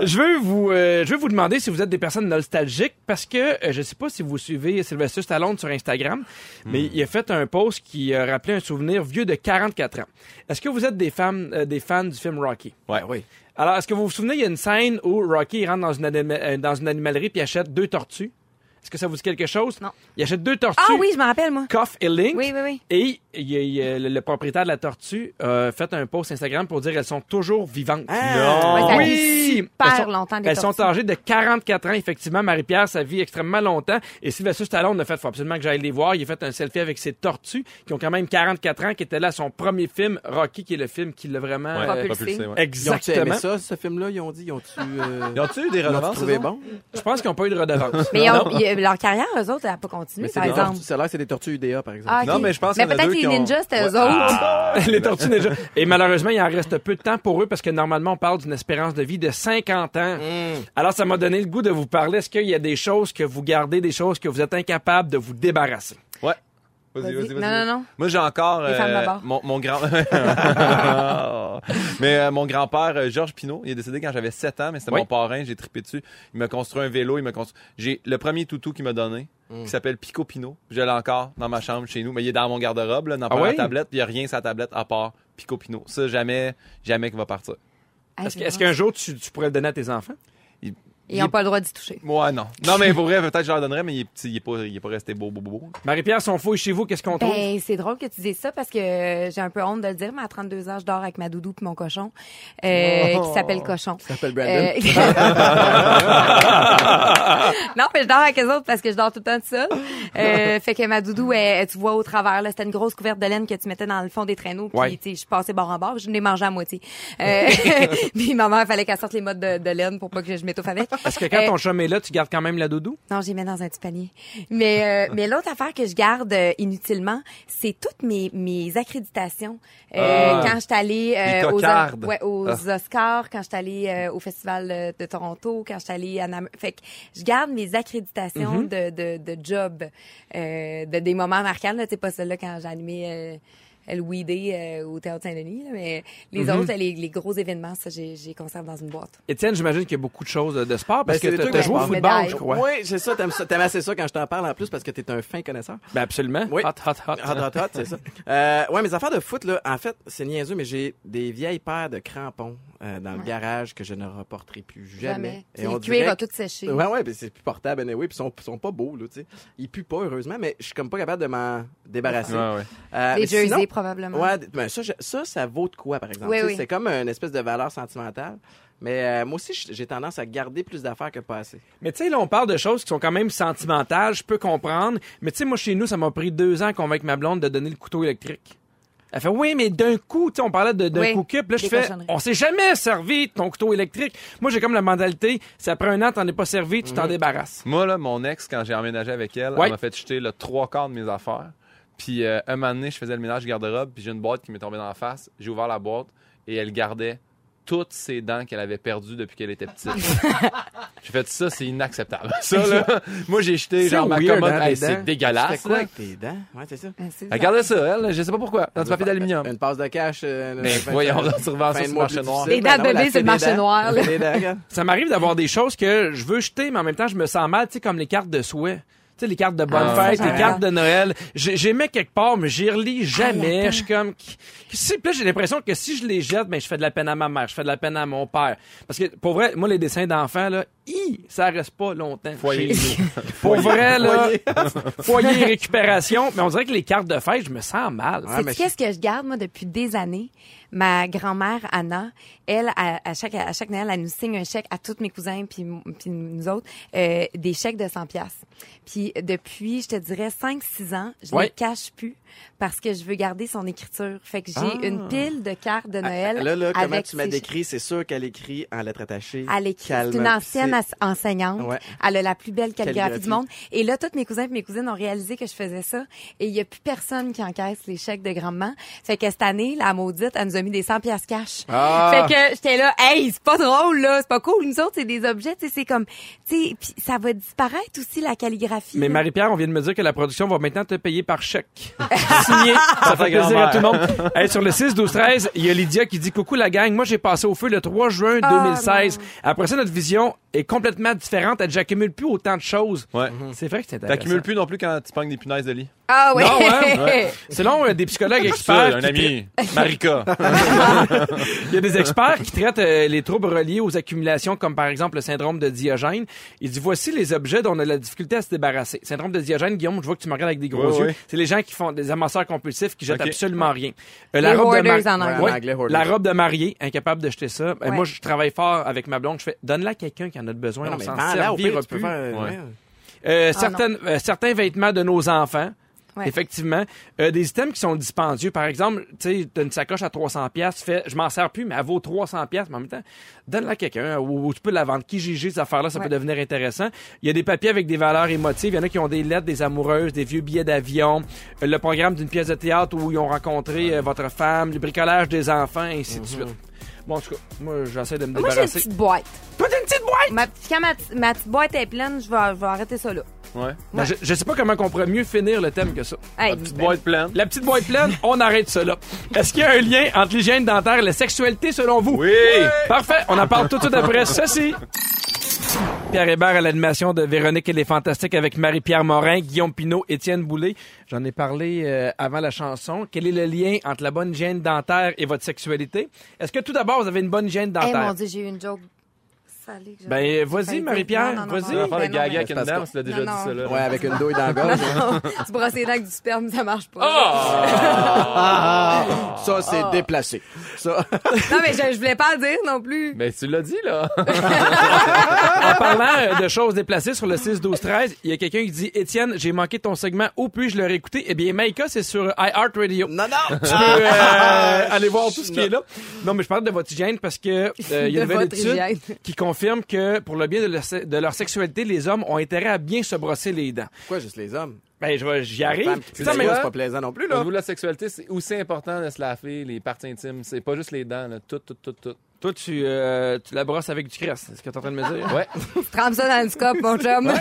C: je veux vous, euh, je veux vous demander si vous êtes des personnes nostalgiques parce que euh, je sais pas si vous suivez Sylvester Stallone sur Instagram, mais il a fait un post qui a rappelé un souvenir vieux de 44 ans. Est-ce que vous êtes des femmes, euh, des fans du film Rocky?
D: Ouais,
F: Ah
D: oui.
C: Alors, est-ce que vous vous souvenez, il y a une scène où Rocky il rentre dans une, anima- euh, dans une animalerie puis achète deux tortues. Est-ce Est-ce que ça vous dit quelque chose?
E: Non.
C: Il achète deux tortues.
E: Ah oui, je m'en rappelle, moi.
C: Coff et Link.
E: Oui, oui, oui.
C: Et il y a- il y a le le propriétaire de la tortue a fait un post Instagram pour dire qu'elles sont toujours vivantes.
F: Ah!
E: Ouais, ça vit
C: Oui!
E: super
C: elles sont,
E: longtemps, des
C: Elles sont
E: tortues.
C: âgées de 44 ans, effectivement. Marie-Pierre, ça vit extrêmement longtemps. Et Sylvester Stallone a fait, faut absolument que j'aille les voir. Il a fait un selfie avec ses tortues, qui ont quand même 44 ans, qui étaient là à son premier film, Rocky, qui est le film qui l'a vraiment...
D: Ouais,
C: euh,
E: propulsé.
D: propulsé, ouais.
F: Ils ont
C: Exactement.
F: aimé ça, ce film-là? Ils ont dit, ils
C: [LAUGHS]
F: ont-tu... euh,
D: Ils ont-tu eu des
F: ils l'ont-tu
D: redevances?
F: trouvé
D: eux autres?
F: bon?
C: Je pense qu'ils n'ont pas eu de redevance.
E: Mais ils ont- ils- leur carrière, eux autres, elle n'a pas continué,
F: Mais c'est
E: par
F: des
E: exemple.
F: tortues. Ça a l'air que c'est des tortues UDA, par exemple.
E: Ah,
D: Non,
E: ok.
D: mais je pense qu'il y en a
E: peut-être
D: deux
E: les
D: qui ont-
E: ninjas, c'était eux
D: Ouais. Ah,
E: autres.
F: Ah,
D: [LAUGHS]
C: les tortues
F: [LAUGHS]
C: déjà. Et malheureusement, il en reste peu de temps pour eux parce que normalement, on parle d'une espérance de vie de 50 ans.
F: Hmm.
C: Alors, ça m'a donné le goût de vous parler. Est-ce qu'il y a des choses que vous gardez, des choses que vous êtes incapable de vous débarrasser?
D: Ouais. Vas-y,
E: Vas-y.
D: vas-y, vas-y.
E: Non, non, non.
D: Moi, j'ai encore euh,
E: Les femmes d'abord.
D: mon, mon grand [LAUGHS] Mais euh, mon grand-père euh, Georges Pinault, il est décédé quand j'avais 7 ans, mais c'était
C: Oui.
D: mon parrain, j'ai trippé dessus. Il m'a construit un vélo, il m'a construit j'ai le premier toutou qu'il m'a donné qui s'appelle Pico Pinot. Je l'ai encore dans ma chambre chez nous, mais il est dans mon garde-robe là, dans
C: Ah
D: la
C: oui?
D: tablette, puis il y a rien sur la tablette à part Pico Pinot. Ça jamais jamais qu'il va partir.
E: Ah,
C: Est-ce
E: c'est
C: que- est-ce
E: drôle.
C: qu'un jour, tu, tu pourrais le donner à tes enfants?
E: Ils n'ont pas le droit d'y toucher.
D: Moi non. Non mais pour vrai, peut-être je leur donnerais mais il est petit, il est pas il est pas resté beau beau beau. beau.
C: Marie-Pierre, son fouille chez vous, qu'est-ce qu'on trouve?
E: Ben, c'est drôle que tu dises ça parce que euh, j'ai un peu honte de le dire, mais à 32 ans, je dors avec ma doudou puis mon cochon, euh, qui s'appelle Cochon.
F: Ça s'appelle Brandon.
E: Euh, [LAUGHS] non, mais je dors avec les autres parce que je dors tout le temps tout seul. Euh, fait que ma doudou, elle- elle, tu vois au travers, là, c'était une grosse couverte de laine que tu mettais dans le fond des traîneaux. Puis,
C: Ouais.
E: tu sais, je passais bord en bord, puis je l'ai mangé à moitié. Euh, [LAUGHS] puis maman, il fallait qu'elle sorte les modes de, de laine pour pas que je m'étouffe avec.
C: Est-ce que quand
E: Euh,
C: ton chum est là, tu gardes quand même la doudou?
E: non, j'y mets dans un petit panier.
F: [LAUGHS]
E: Mais euh, mais l'autre affaire que je garde euh, inutilement, c'est toutes mes mes accréditations. Euh,
D: Ah.
E: Quand je suis allée
D: Les
E: euh, aux,
D: cocardes.
E: ouais, aux
F: Ah.
E: Oscars, quand je suis allée euh, au festival euh, de Toronto, quand je suis allée à Nam- fait que je garde mes accréditations
F: Mm-hmm.
E: de, de de job, euh, de des moments marquants là, tu sais pas celle-là quand j'ai animé euh, le Wee Day euh, au Théâtre Saint-Denis, là, mais les
F: Mm-hmm.
E: autres, les, les gros événements, ça, j'ai j'ai conserve dans une boîte.
C: Étienne, j'imagine qu'il y a beaucoup de choses de sport parce que
F: Ben, c'est des
C: tu
F: trucs
C: as joué au
F: de
C: football,
E: sport.
C: je crois.
F: Oui, c'est ça. T'aimes ça- t'aimes assez ça quand je t'en parle en plus parce que t'es un fin connaisseur.
C: Ben absolument.
F: Oui.
C: Hot, hot, hot.
F: Hot, hot, hot, c'est ça. Euh, ouais, mes affaires de foot, là, en fait, c'est niaiseux, mais j'ai des vieilles paires de crampons euh, dans le
E: Ouais.
F: garage que je ne reporterai plus jamais.
E: Jamais. Le
F: dirait
E: cuir a
F: que-
E: tout séché.
F: Ouais, ouais, puis c'est plus portable, oui, puis ils sont, sont pas beaux, là, tu sais. Ils puent pas, heureusement, mais je suis comme pas capable de m'en débarrasser.
D: Ouais ouais.
F: Euh,
E: Les
F: mais
E: jerseys,
F: sinon-
E: probablement.
F: Ouais, d- ben ça, je- ça, ça vaut de quoi, par exemple?
E: Oui,
F: Tu sais,
E: oui.
F: C'est comme une espèce de valeur sentimentale. Mais euh, moi aussi, j- j'ai tendance à garder plus d'affaires que pas assez.
C: Mais tu sais, là, on parle de choses qui sont quand même sentimentales, je peux comprendre. Mais tu sais, moi, chez nous, ça m'a pris deux ans à convaincre ma blonde de donner le couteau électrique. Elle fait, oui, mais d'un coup, tu sais, on parlait de- d'un
E: Oui,
C: coup cup, là, je
E: des
C: fais,
E: cochonneries.
C: on s'est jamais servi de ton couteau électrique. Moi, j'ai comme la mentalité, ça prend un an, t'en es pas servi, tu t'en débarrasses.
D: Moi, là, mon ex, quand j'ai emménagé avec elle,
C: Ouais.
D: elle m'a fait jeter le trois quarts de mes affaires. Puis euh, un moment donné, je faisais le ménage du garde-robe, puis j'ai une boîte qui m'est tombée dans la face. J'ai ouvert la boîte et elle gardait toutes ses dents qu'elle avait perdues depuis qu'elle
C: [LAUGHS]
D: était petite. j'ai fait ça, c'est inacceptable. Ça, là, moi, j'ai jeté
C: C'est
D: genre ma
C: weird,
D: commode.
C: hein,
D: Hey,
C: les dents.
D: c'est
F: Tu
D: dégueulasse.
F: fais quoi
D: là.
F: avec tes dents? Ouais, c'est ça.
E: Ben, c'est
D: Elle gardait ça, elle, là, je sais pas pourquoi, dans du papier d'aluminium. [LAUGHS]
F: Une passe de cash. euh,
D: Mais
F: le- fin-
D: Ben, voyons,
F: fin-
D: on se revend ça sur
F: fin de
D: le
F: mois
D: marché
F: plus
D: noir.
F: difficile.
E: Les dents
F: Ben non,
E: bébés,
F: la
E: c'est
F: fée
E: le
F: des
E: marché
F: dents.
E: noir,
F: La
E: là.
F: fée des dents, regarde.
C: Ça m'arrive d'avoir des choses que je veux jeter, mais en même temps, je me sens mal, tu sais, comme les cartes de souhait. Tu sais, les cartes de bonne
E: Ah,
C: fête,
E: ça,
C: les
E: j'adore.
C: cartes de Noël. J'ai- J'aimais quelque part, mais j'y relis jamais. je suis comme... Si, puis là, j'ai l'impression que si je les jette, ben, je fais de la peine à ma mère, je fais de la peine à mon père. Parce que, pour vrai, moi, les dessins d'enfants, là, hi, ça reste pas longtemps.
D: Foyer.
C: Chez nous. pour vrai, là, foyer, récupération. Mais on dirait que les cartes de fête, je me sens mal.
F: Ouais,
E: Sais-tu
F: mais
E: qu'est-ce que je garde, moi, depuis des années? Ma grand-mère, Anna, elle, à, à chaque, à chaque Noël, elle nous signe un chèque à toutes mes cousins puis, m- puis nous autres, euh, des chèques de 100 pièces. Puis depuis, je te dirais, 5-6 ans, je ne
C: Ouais.
E: les cache plus parce que je veux garder son écriture. Fait que j'ai une pile de cartes de [LAUGHS] Noël
F: Ah, Là, là, comment
E: avec
F: tu m'as
E: ses-
F: décrit, c'est sûr qu'elle écrit en lettres attachées.
E: Elle écrit. C'est
F: Calme,
E: une ancienne
F: c'est-
E: as- enseignante.
F: Ouais.
E: Elle a la plus belle calligraphie
F: Calligraphie.
E: du monde. Et là, tous mes cousins et mes cousines ont réalisé que je faisais ça. Et il y a plus personne qui encaisse les chèques de grand-maman. Fait que cette année, la maudite, elle nous a mis des 100 piastres cash.
C: Ah!
E: Fait que j'étais là, hey, c'est pas drôle, là. C'est pas cool. Nous autres, c'est des objets, tu sais, c'est comme, tu sais, puis ça va disparaître aussi, la calligraphie.
C: Mais
E: là.
C: Marie-Pierre, on vient de me dire que la production va maintenant te payer par chèque. [LAUGHS] Signé. Ça fait plaisir à
D: grand-mère.
C: tout le monde. Hey, sur le Ah, 6-12-13, il y a Lydia qui dit Coucou la gang. Moi, j'ai passé au feu le 3 juin 2016. Après ça, notre vision est complètement différente. Elle n'accumule plus autant de choses.
D: Ouais.
C: C'est vrai que c'est intéressant.
D: T'accumules plus non plus quand tu pognes des punaises de lit.
E: Ah ouais.
C: Non, ouais,
E: [LAUGHS]
C: Selon euh, des psychologues
D: Ça,
C: experts,
D: un
C: qui [LAUGHS]
D: ami, Marika.
C: Il y a
F: [LAUGHS]
C: des experts qui traitent euh, les troubles reliés aux accumulations, comme par exemple le syndrome de Diogène. Il dit voici les objets dont on a la difficulté à se débarrasser. Syndrome de Diogène, Guillaume, je vois que tu me regardes avec des gros
D: Ouais,
C: yeux.
D: ouais.
C: C'est les gens qui font des amasseurs compulsifs qui jettent
D: Ok.
C: absolument rien. Euh,
E: Les
C: de
E: hoarders en anglais.
C: Ouais,
F: En anglais, hoarders.
C: la robe de mariée, incapable de jeter ça. Euh,
E: Ouais.
C: Moi, je travaille fort avec ma blonde. Je fais donne-la à quelqu'un qui en a besoin. on
F: mais
C: s'en
F: vends-la, au pire,
C: servira
F: tu peux
C: plus.
F: faire-
D: Ouais.
C: Euh,
E: Ah,
C: certaines- euh, certains vêtements de nos enfants.
E: Ouais.
C: Effectivement. Euh, des items qui sont dispendieux. Par exemple, tu sais, t'as une sacoche à 300 pièces, fais, je m'en sers plus, mais elle vaut 300 pièces, mais en même temps, donne-la à quelqu'un, ou, ou tu peux la vendre. Qui GG, cette affaire-là, ça
E: Ouais.
C: peut devenir intéressant. Il y a des papiers avec des valeurs émotives. Il y en a qui ont des lettres, des amoureuses, des vieux billets d'avion, euh, le programme d'une pièce de théâtre où ils ont rencontré euh, votre femme, le bricolage des enfants, et ainsi de suite. Bon, en tout cas, moi, j'essaie de me
E: Moi, j'ai une
C: débarrasser.
E: petite boîte.
C: Toi, t'as une petite boîte!
E: Ma, petite- quand ma, petite- ma petite boîte est pleine, je vais, je vais arrêter ça là.
D: Ouais.
C: Ben, je, je sais pas comment on pourrait mieux finir le thème que ça.
E: Hey,
D: Petite
E: ben,
D: boîte pleine.
C: La petite boîte pleine, on arrête cela. Est-ce qu'il y a un lien entre l'hygiène dentaire et la sexualité selon vous?
D: Oui!
C: Parfait, on en parle tout de suite après ceci. Pierre Hébert à l'animation de Véronique et les Fantastiques avec Marie-Pierre Morin, Guillaume Pinault, Étienne Boulay. J'en ai parlé euh, avant la chanson. Quel est le lien entre la bonne hygiène dentaire et votre sexualité? Est-ce que tout d'abord, vous avez une bonne hygiène
E: hey,
C: dentaire?
E: Eh, mon Dieu, j'ai eu une joke salée. que j'avais-
C: Ben,
E: j'ai
C: vas-y,
E: failli dire.
C: Marie-Pierre,
E: Non, non, non,
C: vas-y.
D: Tu
E: non,
D: vas
E: ben
D: faire le
E: non,
D: gaga
E: mais-
D: avec une dame, tu l'as déjà
E: Non,
D: dit ça là.
F: Ouais, avec une douille dans
E: [LAUGHS]
F: la gorge.
E: Non, tu brosses les dents avec du sperme, ça marche pas.
F: Ah! Ça, c'est
E: Ah.
F: déplacé. Ça.
E: Non, mais je, je voulais pas le dire non plus.
D: Mais tu l'as dit [LAUGHS] là.
C: En parlant euh, de choses déplacées sur le 6-12-13, il y a quelqu'un qui dit Étienne, j'ai manqué ton segment, où puis-je le réécouter? Eh bien, Maïka, c'est sur iHeartRadio.
F: non, non!
C: Tu peux
E: Ah!
C: euh, aller voir tout ce qui est là. Non, mais je parle de votre hygiène parce que euh, il y a une
E: De
C: nouvelle
E: votre
C: étude
E: hygiène.
C: qui confirme que pour le bien de leur, se- de leur sexualité, les hommes ont intérêt à bien se brosser les dents.
F: Pourquoi juste les hommes?
C: Ben, je vais- j'y
F: Les
C: arrive.
F: femmes,
C: C'est
F: C'est
C: ça, mais-
F: c'est pas plaisant non plus,
D: Au
F: là.
D: niveau de la sexualité, c'est aussi important de se laver les parties intimes. C'est pas juste les dents, là. Tout, tout, tout, tout.
C: Toi, tu, euh, tu la brosses avec du crest, c'est ce que t'es en train de me dire.
D: Ouais.
E: Trempe ça dans le scope, mon chum.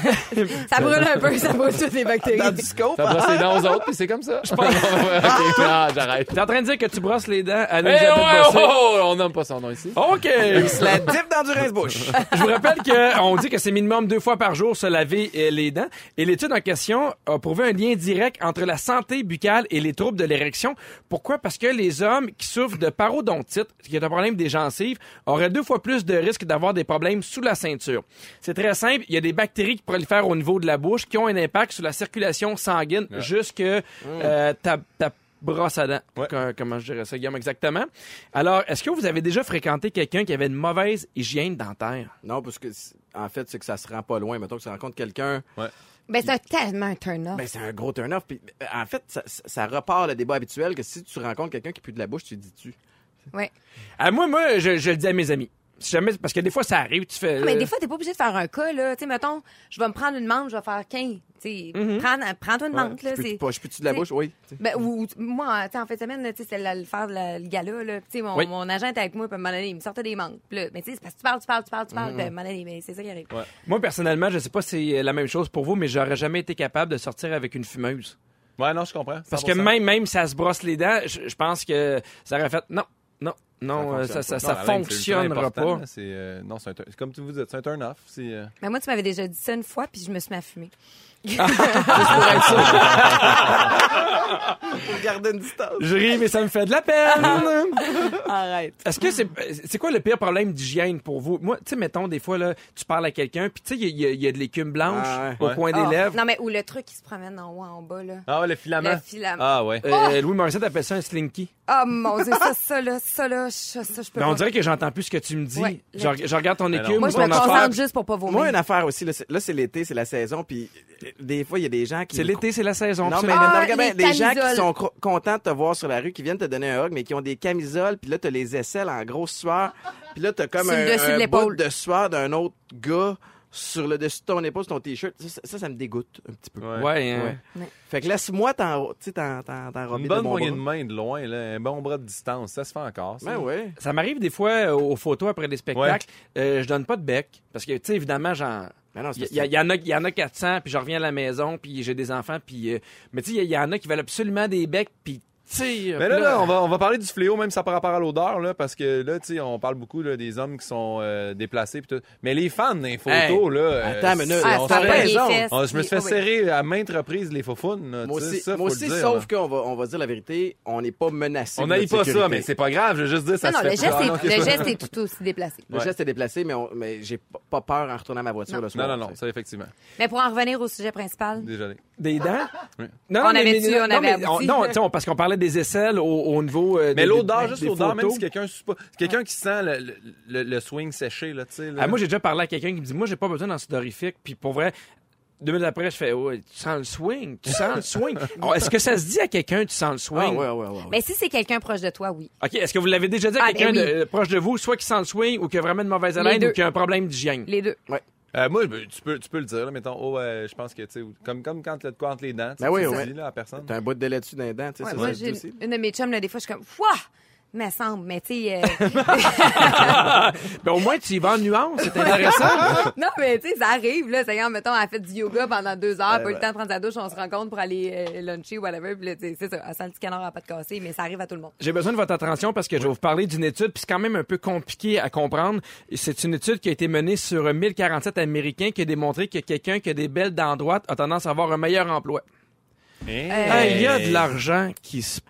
E: ça brûle un peu, ça brûle toutes les
F: Dans
E: bactéries.
F: du scope.
D: T'as brossé les dents aux autres, puis c'est comme ça. Je pense. [LAUGHS] ok, non, j'arrête.
C: T'es en train de dire que tu brosses les dents à
D: Hey,
C: l'Elisabeth
D: oh,
C: Bossé.
D: oh, oh, on nomme pas son nom ici.
C: OK!
F: Se la dip dans du rince-bouche.
C: Je vous rappelle qu'on dit que c'est minimum deux fois par jour se laver euh, les dents. Et l'étude en question a prouvé un lien direct entre la santé buccale et les troubles de l'érection. Pourquoi? Parce que les hommes qui souffrent de parodontite, qui est un problème des gencives, auraient deux fois plus de risques d'avoir des problèmes sous la ceinture. C'est très simple. Il y a des bactéries qui prolifèrent au niveau de la bouche qui ont un impact sur la circulation sanguine jusque euh, ta- ta brosse à dents.
D: Ouais.
C: Com- Comment je dirais ça, Guillaume, exactement. Alors, est-ce que vous avez déjà fréquenté quelqu'un qui avait une mauvaise hygiène dentaire?
F: [LAUGHS] Non, parce que, c'est- en fait, c'est que ça se rend pas loin. Mettons que tu rencontres quelqu'un.
E: Ben, c'est un- tellement un turn-off.
F: Ben, c'est un gros turn-off. Puis, euh, en fait, ça, ça- ça repart le débat habituel que si tu rencontres quelqu'un qui pue de la bouche, tu dis-tu.
E: Ouais.
C: À Ah, moi, moi, je, je le dis à mes amis. Si jamais, parce que des fois, ça arrive, tu fais.
E: Ah, mais
C: euh,
E: des fois, t'es pas obligé de faire un cas, là. Tu sais, mettons, je vais me prendre une menthe, je vais faire 15. Tu sais, prends- prends-toi une menthe, là.
F: Mm-hmm. Je pue-tu
E: c'est-
F: pas- je pue-tu de la
E: c'est-
F: bouche? Oui. Tu sais.
E: Ben, ou, ou- moi, tu sais, en fin de semaine, là, tu sais, c'est la- le faire la- le gala, là. Tu sais, mon,
C: Oui.
E: mon agent était avec moi, puis à un moment donné, il me sortait des manques. Puis là, mais tu sais, c'est parce que tu parles, tu parles, tu parles, tu
F: Mm-hmm.
E: parles. Puis à un moment donné, ben, c'est ça qui arrive.
C: Moi, personnellement, je sais pas si c'est la même chose pour vous, mais j'aurais jamais été capable de sortir avec une fumeuse.
D: Ouais, non, je comprends.
C: Parce que
D: 100%.
C: même, même si ça se brosse les dents, je, je pense que ça aurait fait. Non, non, non, euh, ça, ça,
D: Non,
C: ça,
D: la langue, c'est ultra
C: fonctionnera
D: important,
C: pas.
D: là. C'est euh, non, c'est un turn- c'est comme tu vous dites, c'est un turn off. C'est euh,
E: Mais moi, tu m'avais déjà dit ça une fois, puis je me suis mis à fumer.
F: Garder une distance.
C: Je ris, mais ça me fait de la peine.
E: [LAUGHS] Arrête.
C: Est-ce que c'est c'est quoi le pire problème d'hygiène pour vous Moi, tu sais mettons des fois là, tu parles à quelqu'un puis tu sais il y a- il y, a- il y a de l'écume blanche
F: Ah ouais.
C: au
D: Ouais.
C: coin des
E: Ah.
C: lèvres.
E: Non, mais ou le truc qui se promène en haut, en bas, là.
D: Ah ouais, le filament.
E: Le filament.
D: Ah ouais.
C: Euh, Louis Morissette appelle ça un slinky.
E: Oh mon dieu, ça, ça, là, ça, là, ça, ça, je peux
C: Ben,
E: pas.
C: on dirait que j'entends plus ce que tu me dis.
E: Ouais.
C: je, je regarde ton
D: Ben non.
C: écume,
E: Moi, je me
C: ton
E: concentre
C: affaire.
E: juste pour pas vomir.
F: Moi, une affaire aussi. Là, c'est là, c'est l'été, c'est la saison. Puis, euh, des fois, il y a des gens qui.
C: C'est l'été, c'est la saison.
F: Non, mais,
C: absolument.
E: Ah,
F: mais regarde bien,
E: les
F: les gens qui
E: camisoles.
F: sont cro- contents de te voir sur la rue, qui viennent te donner un hug, mais qui ont des camisoles, puis là, t'as les aisselles en grosse sueur, puis là, t'as comme
E: Sur le
F: un,
E: dessus de
F: un bout
E: l'épaule.
F: de sueur d'un autre gars sur le dessus de ton épaule, sur ton T-shirt. Ça, ça, ça, ça me dégoûte un petit peu.
D: Ouais.
C: Ouais, hein.
F: Ouais. Fait que laisse-moi t'en- tu sais, t'en- t'en- t'enrober
D: Une
F: de
D: bonne
F: mon
D: poignée de
F: bras.
D: main de loin, là, un bon bras de distance, ça se fait encore. ça.
F: Ben ouais.
C: Ça m'arrive des fois euh, aux photos après des spectacles, euh, je donne pas de bec parce que tu sais évidemment j'en
F: Ben non, c'est
C: il
F: parce
C: y, y- y en a il y en a 400 puis je reviens à la maison puis j'ai des enfants puis euh, mais tu sais il y, y en a qui veulent absolument des becs puis
F: tire.
D: Mais là, là,
F: euh,
D: on, va, on va parler du fléau, même ça par rapport à l'odeur, là, parce que là, tu sais, on parle beaucoup là, des hommes qui sont euh, déplacés. pis tout. Mais les fans des photos,
F: Hey,
D: là. euh,
F: attends une
D: c'est-
F: minute,
E: Ah,
F: on
E: ça
F: s'en
E: a pas
F: fait-
E: les
F: raison.
E: fesses.
D: on- Ah, je me suis fait
E: Oh, oui.
D: serrer à maintes reprises les faufounes. là,
F: Moi
D: tu sais,
F: aussi,
D: ça,
F: moi
D: faut
F: aussi,
D: le dire,
F: sauf
D: là.
F: qu'on va, on va dire la vérité, on n'est pas menacé.
D: On
F: de
D: n'aille pas
F: sécurité.
D: ça, mais c'est pas grave. Je veux juste dire, ça
E: Non, non,
D: se
E: le
D: fait
E: geste,
D: plus. Ah,
E: est,
D: non,
E: le
D: qu'est-ce que-
E: geste est tout aussi déplacé.
F: Le geste est déplacé, mais, on- mais j'ai p- pas peur en retournant à ma voiture
E: Non.
F: le soir.
D: Non, non, non,
F: tu sais.
D: ça, effectivement.
E: Mais pour en revenir au sujet principal,
D: Désolé.
C: Des dents?
D: [LAUGHS] Oui.
C: Non,
E: On avait dit, on
C: non,
E: avait
C: mais
E: abouti.
C: non, tu sais, on- parce qu'on parlait des aisselles au, au niveau. euh,
D: Mais
C: des-
D: l'odeur,
C: des-
D: juste
C: des
D: l'odeur, même
C: photos.
D: si quelqu'un suce pas- c'est quelqu'un qui sent le, le- le- le swing séché, là, tu sais. là.
C: Ah, moi, j'ai déjà parlé à quelqu'un qui me dit Moi, j'ai pas besoin d'un sudorifique. Puis pour vrai, deux minutes après, je fais Ouais, Tu sens le swing Tu sens
E: [LAUGHS]
C: le swing Oh, Est-ce que ça se dit à quelqu'un Tu sens le
F: Ah,
C: swing
F: ouais, ouais, ouais, ouais.
E: mais si c'est quelqu'un proche de toi, oui.
C: OK, est-ce que vous l'avez déjà dit à
E: Ah, ben
C: quelqu'un
E: oui.
C: de- euh, proche de vous, soit qui sent le swing ou qui a vraiment une mauvaise
E: Les
C: haleine
E: deux.
C: ou qui a un problème d'hygiène
E: Les deux.
D: Euh, moi, ben, tu peux, tu peux le dire, là, mettons, oh, ouais, je pense que, tu sais, comme, comme quand tu as de quoi entre les dents, tu
F: Ben oui,
D: tu
F: ouais.
D: dis, là, à la personne.
F: T'as un bout de là-dessus dans les dents, tu sais,
E: Ouais,
F: ça,
E: moi,
F: ça,
E: j'ai
F: aussi.
E: une, une de mes chums, là, des fois, je suis comme, Wouah! Me semble, mais tu sais. euh, [LAUGHS]
C: Ben, au moins, tu y vas en nuance,
E: [LAUGHS]
C: c'est intéressant.
E: non, mais tu sais, ça arrive, là. Seigneur, mettons, elle fait du yoga pendant deux heures, pas eu le temps de prendre sa douche, on se rencontre pour aller euh, luncher ou whatever. Puis là, tu sais, c'est ça. Elle sent le petit canard à pas de casser, mais ça arrive à tout le monde.
C: J'ai besoin de votre attention parce que je vais vous parler d'une étude, puis c'est quand même un peu compliqué à comprendre. Et C'est une étude qui a été menée sur 1047 Américains qui a démontré que quelqu'un qui a des belles dents droites a tendance à avoir un meilleur emploi.
E: Euh,
D: Hey.
C: Hey, Ah, Il y a de l'argent qui se
F: Hey,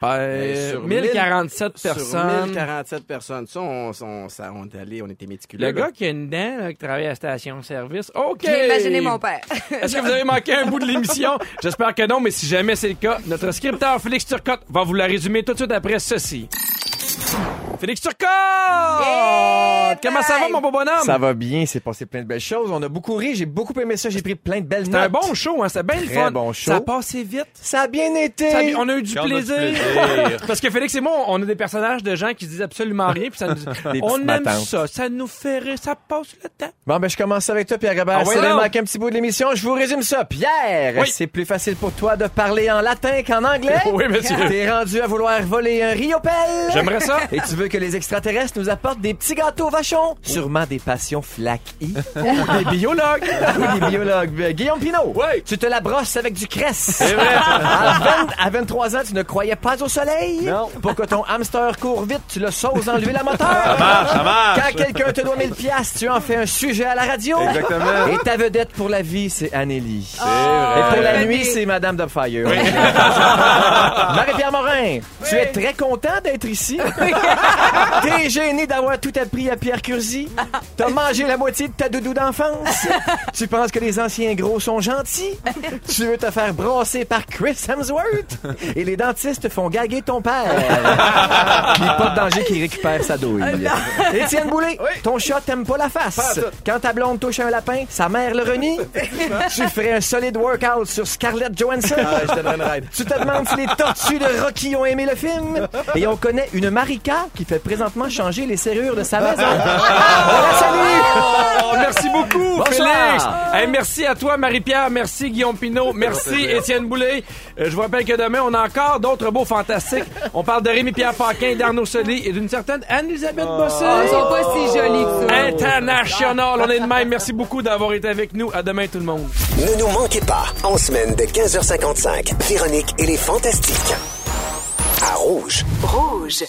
C: perd.
F: sur
C: 1047
F: Sur
C: personnes.
F: 1047 personnes. Ça, on, on, ça, on est allé, on était méticuleux.
C: Le
F: là.
C: gars qui a une dent, là, qui travaille à la station-service, OK!
E: J'ai imaginé mon père.
C: [LAUGHS] Est-ce que vous avez manqué un bout de l'émission? J'espère que non, mais si jamais c'est le cas, notre scripteur Félix Turcotte va vous la résumer tout de suite après ceci. Félix Turcotte!
E: Yeah,
C: Comment ça va,
E: bye!
C: mon beau bonhomme?
G: Ça va bien, c'est passé plein de belles choses. On a beaucoup ri, j'ai beaucoup aimé ça, j'ai pris plein de belles notes.
C: C'était un bon show, hein? C'était bien le
G: Très
C: fun.
G: bon show.
C: Ça a passé vite.
G: Ça a bien été.
C: Ça a- on a eu du
D: Quand on a du
C: plaisir.
D: plaisir.
C: [LAUGHS] Parce que Félix et moi, on a des personnages de gens qui disent absolument rien. Puis ça nous... on aime
G: matantes.
C: ça. Ça nous fait rire. Ça passe le temps.
G: Bon, ben, je commence avec toi, Pierre Robert.
C: Ah oui,
G: si t'as
C: donc.
G: manqué un petit bout de l'émission, je vous résume ça. Pierre,
C: Oui.
G: c'est plus facile pour toi de parler en latin qu'en anglais?
C: [LAUGHS] Oui, monsieur.
G: T'es rendu à vouloir voler un riopelle?
E: [LAUGHS]
C: J'aimerais ça.
G: Et tu veux que les extraterrestres nous apportent des petits gâteaux vachons? Sûrement des passions flaquies. [LAUGHS] Ou des biologues. Ou des biologues. Euh, Guillaume Pinault.
D: Oui.
G: Tu te la brosses avec du cresse. C'est vrai. À, 20 à 23 ans, tu ne croyais pas au soleil.
D: Non.
G: Pour que ton hamster court vite, tu le sauces dans l'huile à moteur. Ça marche, ça marche. Quand quelqu'un te doit 1000 piastres, tu en fais un sujet à la radio.
D: Exactement.
G: Et ta vedette pour la vie, c'est Anneli.
D: vrai.
G: Et pour la
E: Euh,
G: nuit,
E: des-
G: c'est Madame Dubfire. [LAUGHS] Marie-Pierre Morin, tu es très content d'être ici. [LAUGHS] T'es gêné d'avoir tout appris à Pierre Curzi. T'as mangé la moitié de ta doudou d'enfance. Tu penses que les anciens gros sont gentils. Tu veux te faire brasser par Chris Hemsworth. Et les dentistes font gaguer ton père. Il n'y a pas de danger qu'il récupère sa douille. Étienne Boulay, ton chat t'aime pas la face. Quand ta blonde touche un lapin, sa mère le renie. tu ferais un solide workout sur Scarlett Johansson. Tu Ah, te demandes si les tortues de Rocky ont aimé le film. Et on connaît une Marika qui fait présentement changer les serrures de sa [LAUGHS] maison. On
E: Ah,
G: la salue!
C: Oh, merci beaucoup,
G: Bonsoir.
C: Félix. Hey, merci à toi, Marie-Pierre. Merci, Guillaume Pinault. Merci, Étienne Boulay. Euh, je vous rappelle que demain, on a encore d'autres beaux fantastiques. On parle de Rémi-Pierre Paquin, d'Arnaud Soli et d'une certaine Anne-Elisabeth Bossé.
E: Oh. Ah, Ils sont pas si jolis que ça.
C: International. On est de même. Merci beaucoup d'avoir été avec nous. À demain, tout le monde.
A: Ne nous manquez pas, en semaine de 15h55, Véronique et les Fantastiques. À Rouge.
H: Rouge.